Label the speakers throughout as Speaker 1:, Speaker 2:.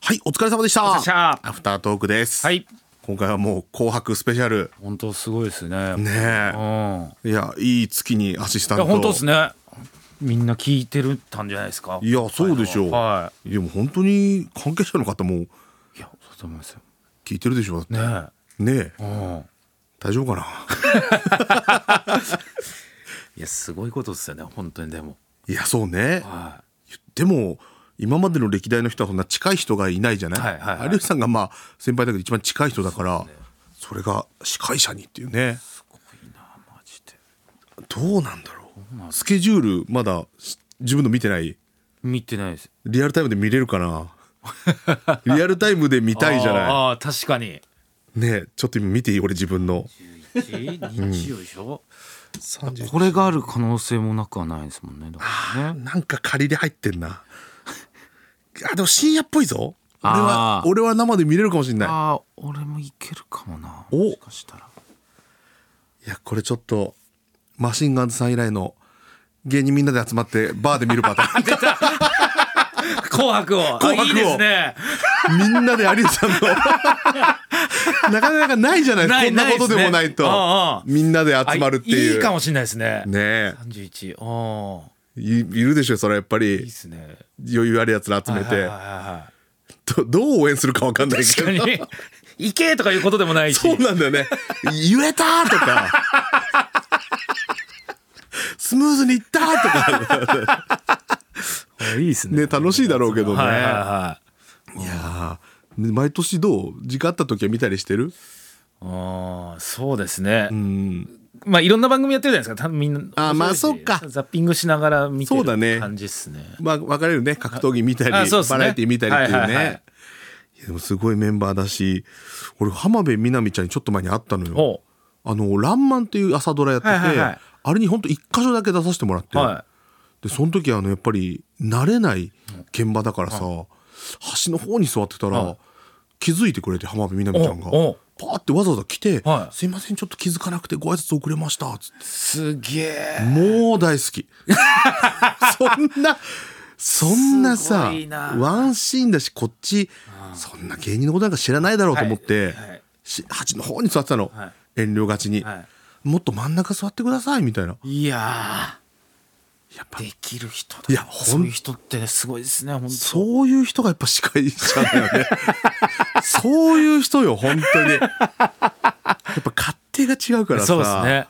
Speaker 1: はい、お疲れ様でした。
Speaker 2: 疲れ様でした
Speaker 1: アフタートークです。
Speaker 2: はい。
Speaker 1: 今回はもう紅白スペシャル。
Speaker 2: 本当すごいですね。
Speaker 1: ね
Speaker 2: うん。
Speaker 1: え。いや、いい月にアシスタン
Speaker 2: いや
Speaker 1: ト。
Speaker 2: 本当ですね。みんな聞いてるたんじゃないですか。
Speaker 1: いや、そうでしょう。。
Speaker 2: はい
Speaker 1: でも本当に関係者の方も
Speaker 2: い。いやそうだと思いますよ。
Speaker 1: 聞いてるでしょう。ね
Speaker 2: ね
Speaker 1: ねえ
Speaker 2: え。うん。
Speaker 1: 大丈夫かな。
Speaker 2: いやすごいことですよね本当にでも。
Speaker 1: いや、そうね。
Speaker 2: は
Speaker 1: でも、今までの歴代の人はそんな近い人がいないじゃない。
Speaker 2: はいはいはい
Speaker 1: 有吉さんがまあ、先輩だけど一番近い人だから、それが司会者にっていうね。
Speaker 2: い。すごいなマジで。
Speaker 1: どうなんだろう。スケジュール、まだし自分の見てない。
Speaker 2: 見てないです。
Speaker 1: リアルタイムで見れるか なリアルタイムで見たいじゃ
Speaker 2: あ
Speaker 1: な
Speaker 2: ーあー確かに。
Speaker 1: いねえちょっと今見ていい俺自分の
Speaker 2: 11日曜でしょ。 これがある可能性もなくはないですもんね。だからね。
Speaker 1: なんか仮で入ってんなあでも深夜っぽいぞ俺は
Speaker 2: あー
Speaker 1: 俺は生で見れるかもしれな
Speaker 2: ああ俺もいけるかもな。
Speaker 1: お
Speaker 2: もしかした
Speaker 1: い
Speaker 2: ら。
Speaker 1: いやこれちょっとマシンガンズさん以来の芸人みんなで集まってバーで見るパタ ー
Speaker 2: 紅白を。紅
Speaker 1: 白を
Speaker 2: いいですね。
Speaker 1: ンみんなで有吉さ んのなかなかないじゃない
Speaker 2: ない
Speaker 1: こんなことでもないと
Speaker 2: ないですねうん
Speaker 1: みんなで集まるっていう
Speaker 2: あいいかもしれないですね。
Speaker 1: ねえ
Speaker 2: 31。ああ。
Speaker 1: いいるでしょそれはやっぱ
Speaker 2: いい
Speaker 1: り
Speaker 2: ですね。
Speaker 1: 余裕あるやつら集め
Speaker 2: はい
Speaker 1: て
Speaker 2: はいは
Speaker 1: どどう応援するかわかんないいけ
Speaker 2: 確
Speaker 1: ど
Speaker 2: かに。行けとかいうことでもない し。
Speaker 1: そうなんだよね言えたーとかスムーズにいったーと か
Speaker 2: あいいです
Speaker 1: ね楽しいだろうけどね、
Speaker 2: はいは
Speaker 1: い
Speaker 2: いはい。
Speaker 1: やーね毎年どう時間あった時は見たりしてる
Speaker 2: ああ、そうですね
Speaker 1: う。ん
Speaker 2: まあいろんな番組やってるじゃないですか。多分みんな。
Speaker 1: あーまあ
Speaker 2: 面白いし
Speaker 1: そっか
Speaker 2: ザッピングしながら見て
Speaker 1: そうだね
Speaker 2: る感じですね。
Speaker 1: まあ分かれるね格闘技見たり、
Speaker 2: あそうっす
Speaker 1: バ
Speaker 2: ね
Speaker 1: ラエティ見たりっていうね、
Speaker 2: はいいはいはい
Speaker 1: やでもすごいメンバーだし俺浜辺美波ちゃんにちょっと前に会ったのよ
Speaker 2: おう
Speaker 1: あの「らんまん」っていう朝ドラやってて、
Speaker 2: はいはいはい
Speaker 1: あれにほんと一箇所だけ出させてもらって、
Speaker 2: は
Speaker 1: でその時あのやっぱり慣れない現場だからさ、端の方に座ってたら、
Speaker 2: はい
Speaker 1: 気づいてくれて浜辺美波ちゃんが
Speaker 2: おお
Speaker 1: パーってわざわざ来て「
Speaker 2: はい
Speaker 1: すいませんちょっと気づかなくてご挨拶遅れました」つって
Speaker 2: い。すげえ。
Speaker 1: もう大好き そんなそんな
Speaker 2: す
Speaker 1: さ
Speaker 2: ごいな
Speaker 1: ワンシーンだしこっちそんな芸人のことなんか知らないだろうと思って、
Speaker 2: はいはい
Speaker 1: し端の方に座ってたの、
Speaker 2: はい
Speaker 1: 遠慮がちに、
Speaker 2: は
Speaker 1: もっと真ん中座ってください」みたいない
Speaker 2: や
Speaker 1: やっ
Speaker 2: ー。できる人だ。
Speaker 1: いやほん
Speaker 2: そういう人ってすごいですね。本当。
Speaker 1: そういう人がやっぱ司会者だ よね。そういう人よ、本当に。やっぱ勝手が違うからさ。
Speaker 2: そうですね。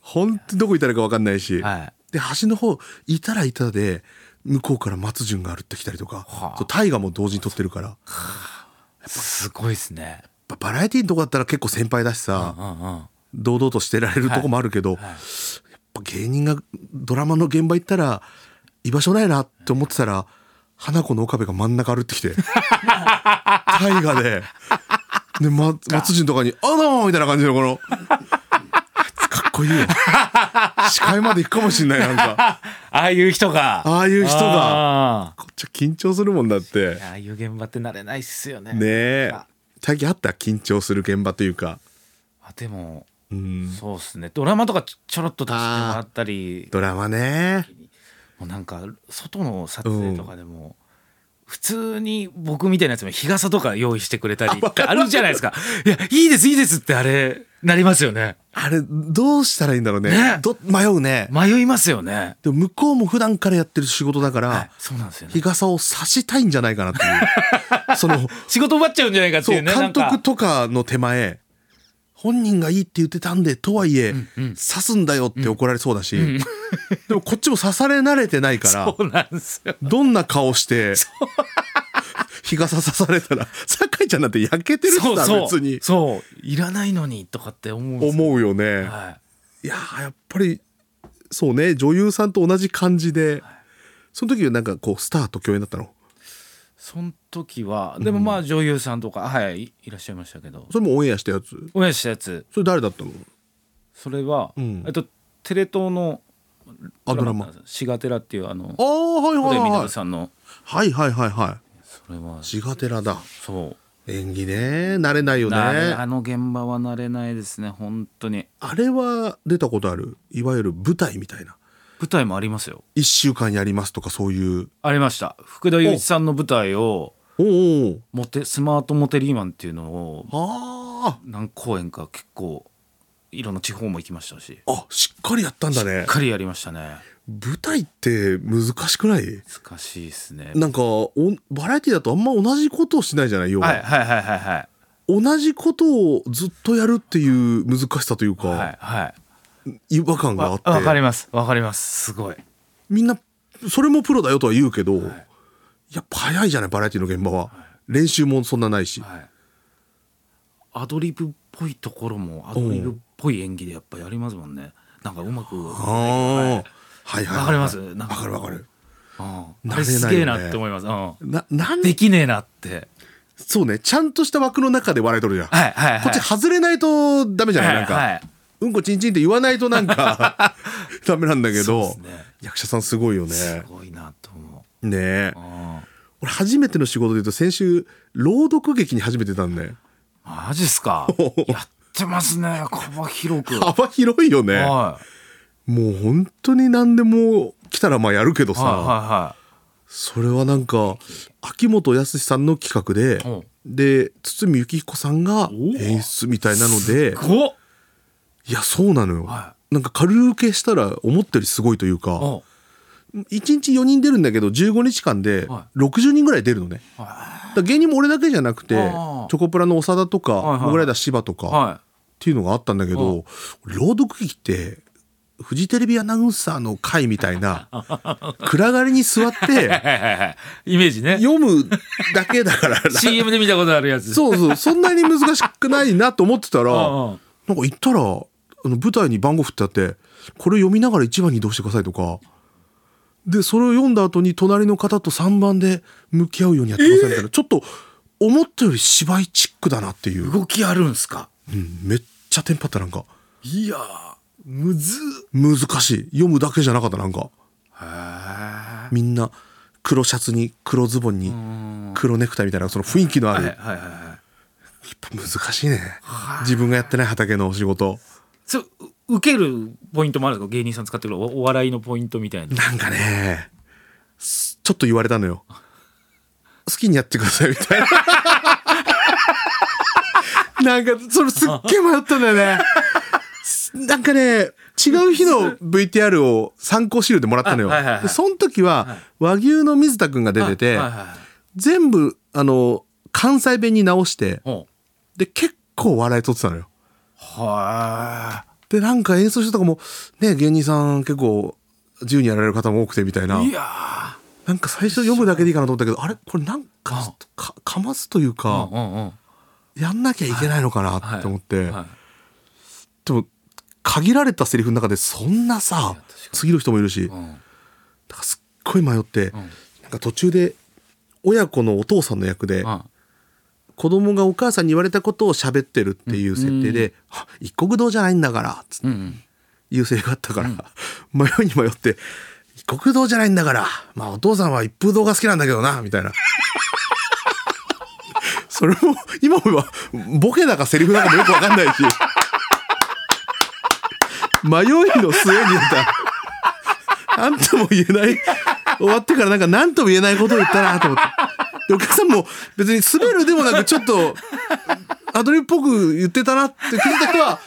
Speaker 1: 本当にどこいたらか分かんないし。
Speaker 2: はい
Speaker 1: で、端の方、いたらいたで、向こうから松潤が歩ってきたりとか、
Speaker 2: はあ
Speaker 1: そう大河も同時に撮ってるから。やっ
Speaker 2: すごいですね。
Speaker 1: ぱバラエティーのとこだったら結構先輩だしさ、
Speaker 2: うんうん。
Speaker 1: 堂々としてられるとこもあるけど、やっぱ芸人がドラマの現場行ったら居場所ないなって思ってたら花子の岡部が真ん中歩ってきて大河でで、ま、松潤とかに「あのー!」みたいな感じのこのあいつかっこいいよ司会まで行くかもしんないなんか
Speaker 2: ああいう人が。
Speaker 1: ああいう人が
Speaker 2: あ
Speaker 1: こっちは緊張するもんだって
Speaker 2: ー。ああいう現場って慣れないっすよね。
Speaker 1: ねえ最近あった緊張する現場というか
Speaker 2: あでも、
Speaker 1: うん
Speaker 2: そうっすね。ドラマとかちょちょろっと出してもらったり、
Speaker 1: ドラマね
Speaker 2: もうなんか外の撮影とかでも。普通に僕みたいなやつも日傘とか用意してくれたりあるじゃないですか。いや、いいです、いいですってあれ、なりますよね。
Speaker 1: あれどうしたらいいんだろうね
Speaker 2: ね
Speaker 1: ど迷うね
Speaker 2: 迷いますよね。
Speaker 1: でも向こうも普段からやってる仕事だから、
Speaker 2: はい、そうなんですよね
Speaker 1: 日。傘を差したいんじゃないかなってい う。その、
Speaker 2: 仕事奪っちゃうんじゃないかって
Speaker 1: そ、
Speaker 2: いううね。
Speaker 1: 監
Speaker 2: なん
Speaker 1: 督
Speaker 2: か
Speaker 1: とかの手前、本人がいいって言ってたんで、とはいえ、刺すんだよって怒られそうだし、でもこっちも刺され慣れてないから
Speaker 2: そ、うなんですよ。
Speaker 1: どんな顔して、日傘刺されたら、酒井ちゃんなんて焼けてる
Speaker 2: そ
Speaker 1: ん
Speaker 2: う
Speaker 1: だ、
Speaker 2: そう
Speaker 1: 別に。
Speaker 2: そういらないのにとかって思うんですよ
Speaker 1: 思うよね。
Speaker 2: はい
Speaker 1: やーやっぱりそうね女優さんと同じ感じで、その時はなんかこうスターと共演だったの
Speaker 2: い、その時はでもまあ女優さんとか、はいいいらっしゃいましたけど
Speaker 1: それもオンエアしたやつ
Speaker 2: 親したやつ
Speaker 1: それ誰だったの
Speaker 2: それは、
Speaker 1: うん
Speaker 2: えっとテレ東の
Speaker 1: あドラマ
Speaker 2: シガテラっていうあの
Speaker 1: ああはい
Speaker 2: 小
Speaker 1: はい
Speaker 2: 出
Speaker 1: はい
Speaker 2: 稔さんの
Speaker 1: はいはいはいは
Speaker 2: それはい
Speaker 1: 志賀寺だ
Speaker 2: そう
Speaker 1: 演技ね慣れないよね
Speaker 2: 慣れ
Speaker 1: あ
Speaker 2: あの現場は慣れないですね本当に
Speaker 1: れは出たことあるいわゆる舞台みたいな
Speaker 2: 舞台もありますよ
Speaker 1: 1週間やりますとかそういう
Speaker 2: ありました福田雄一さんの舞台を
Speaker 1: おう
Speaker 2: モテスマートモテリーマンっていうのを
Speaker 1: おうあ
Speaker 2: 何公演か結構いろんな地方も行きましたし
Speaker 1: ああしっかりやったんだ
Speaker 2: しっ
Speaker 1: ね
Speaker 2: かりやりましたね
Speaker 1: 舞台って難しくない
Speaker 2: 難しいですね
Speaker 1: なんかおバラエティだとあんま同じことをしないじゃない要は、
Speaker 2: はいはいはいはいはい
Speaker 1: 同じことをずっとやるっていう難しさというか、
Speaker 2: はいはい
Speaker 1: 違和感があ
Speaker 2: わ
Speaker 1: って
Speaker 2: わかりますわかりますすごい
Speaker 1: みんなそれもプロだよとは言うけど、やっぱ早いじゃないバラエティの現場は、練習もそんなないし、
Speaker 2: はいアドリブっぽいところもアドリブっぽい演技でやっぱやりますもんねなんかうまく
Speaker 1: ああ、はい、はいはい
Speaker 2: わかりますな
Speaker 1: わ
Speaker 2: んか
Speaker 1: かるわかる
Speaker 2: うん
Speaker 1: 慣れないよね
Speaker 2: あれすげえなって思います、うん
Speaker 1: ななん
Speaker 2: できねえなって
Speaker 1: そうねちゃんとした枠の中で笑いとるじゃん、
Speaker 2: はいはいはい
Speaker 1: こっち外れないとダメじゃない、なんか、
Speaker 2: はいはい
Speaker 1: うんこちんちんって言わないとなん かダメなんだけど、
Speaker 2: そうですね
Speaker 1: 役者さんすごいよね
Speaker 2: すごいなと思
Speaker 1: ねえ
Speaker 2: う、うん、
Speaker 1: 俺初めての仕事で言うと先週朗読劇に初めて出たんだよ
Speaker 2: マジっ すかやってますね幅広く、
Speaker 1: 幅広いよね
Speaker 2: は
Speaker 1: もう本当に何でも来たらまあやるけど
Speaker 2: い
Speaker 1: さ、
Speaker 2: はいは
Speaker 1: それはなんか秋元康さんの企画で、
Speaker 2: うん
Speaker 1: で堤幸彦さんが
Speaker 2: お
Speaker 1: 演出みたいなので
Speaker 2: いはいごっ
Speaker 1: いやそうなのよ、
Speaker 2: は
Speaker 1: なんか軽受けしたら思ったよりすごいというか
Speaker 2: お
Speaker 1: 1日4人出るんだけど15日間で
Speaker 2: は
Speaker 1: 60人ぐらい出るのね、だ
Speaker 2: は
Speaker 1: から芸人も俺だけじゃなくてチ
Speaker 2: ああ
Speaker 1: ョコプラの長田とか、
Speaker 2: はいはい
Speaker 1: モグライダー柴とか、
Speaker 2: いは
Speaker 1: っていうのがあったんだけど、朗読劇ってフジテレビアナウンサーの会みたいな暗がりに座っ
Speaker 2: い
Speaker 1: て
Speaker 2: はいはいはいイメージね
Speaker 1: 読むだけだから
Speaker 2: CM で見たことあるやつ う
Speaker 1: そうそうそんなに難しくないなと思ってたら
Speaker 2: うんうん
Speaker 1: なんか行ったらあの舞台に番号振ってあってこれ読みながら1番に移動してくださいとかでそれを読んだ後に隣の方と3番で向き合うようにやってくださいみたいな、ちょっと思ったより芝居チックだなっていう、
Speaker 2: 動きあるんすか
Speaker 1: うん、めっちゃテンパったなんか。
Speaker 2: いやーむず
Speaker 1: 難しい読むだけじゃなかったなんか
Speaker 2: へえ
Speaker 1: みんな黒シャツに黒ズボンに黒ネクタイみたいなその雰囲気のあ
Speaker 2: はい
Speaker 1: る、
Speaker 2: は
Speaker 1: や
Speaker 2: い
Speaker 1: っ
Speaker 2: はいはい
Speaker 1: ぱ難しいね自分がやってない畑のお仕事
Speaker 2: そう受けるポイントもあるんですか芸人さん使ってるおお笑いのポイントみたいな
Speaker 1: なんかねすちょっと言われたのよ好きにやってくださいみたいな なんかそれすっげえ迷ったんだよねすなんかね違う日の VTR を参考資料でもらったのよ、
Speaker 2: あはいはいはい
Speaker 1: でその時は和牛の水田くんが出てて、
Speaker 2: はいはいはい
Speaker 1: 全部あの関西弁に直して
Speaker 2: ほう
Speaker 1: で結構笑い取ってたのよ
Speaker 2: は
Speaker 1: でなんか演奏してとかもね芸人さん結構自由にやられる方も多くてみたいない
Speaker 2: いやー
Speaker 1: なんか最初読むだけでいいかなと思ったけどあれこれなんかかかますというか、
Speaker 2: うんうん
Speaker 1: やんなきゃいけないのかなって思って、
Speaker 2: うんはい
Speaker 1: でも限られたセリフの中でそんなさ次の人もいるし、
Speaker 2: うん
Speaker 1: だからすっごい迷って、なんか途中で親子のお父さんの役で、
Speaker 2: うん
Speaker 1: 子供がお母さんに言われたことを喋ってるっていう設定で「あ一国道じゃないんだから」つって
Speaker 2: うんうん
Speaker 1: いうセリフがあったから、迷いに迷って「一国道じゃないんだからまあお父さんは一風堂が好きなんだけどな」みたいな。 それも今思えばボケだかセリフだかもよくわかんないし迷いの末に言ったなんとも言えない終わってからなんか何とも言えないことを言ったなと思ってでお客さんも別に滑るでもなくちょっとアドリブっぽく言ってたなって聞いた人は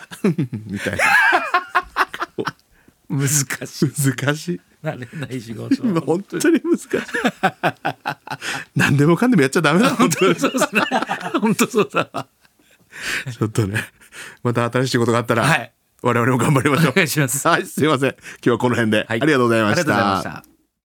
Speaker 1: みたいな
Speaker 2: 難しい
Speaker 1: 難しい
Speaker 2: 慣れない仕 事
Speaker 1: 今本当に難しい何でもかんでもやっちゃダメだ本当にち
Speaker 2: そうですね本当そうだわ
Speaker 1: ょっとねまた新しいことがあったら、
Speaker 2: はい
Speaker 1: 我々も頑張りましょう
Speaker 2: お願いします
Speaker 1: はいすいません今日はこの辺で、
Speaker 2: はい
Speaker 1: ありがとうござい
Speaker 2: あ
Speaker 1: ま
Speaker 2: りがとう
Speaker 1: し
Speaker 2: ございま
Speaker 1: た
Speaker 2: した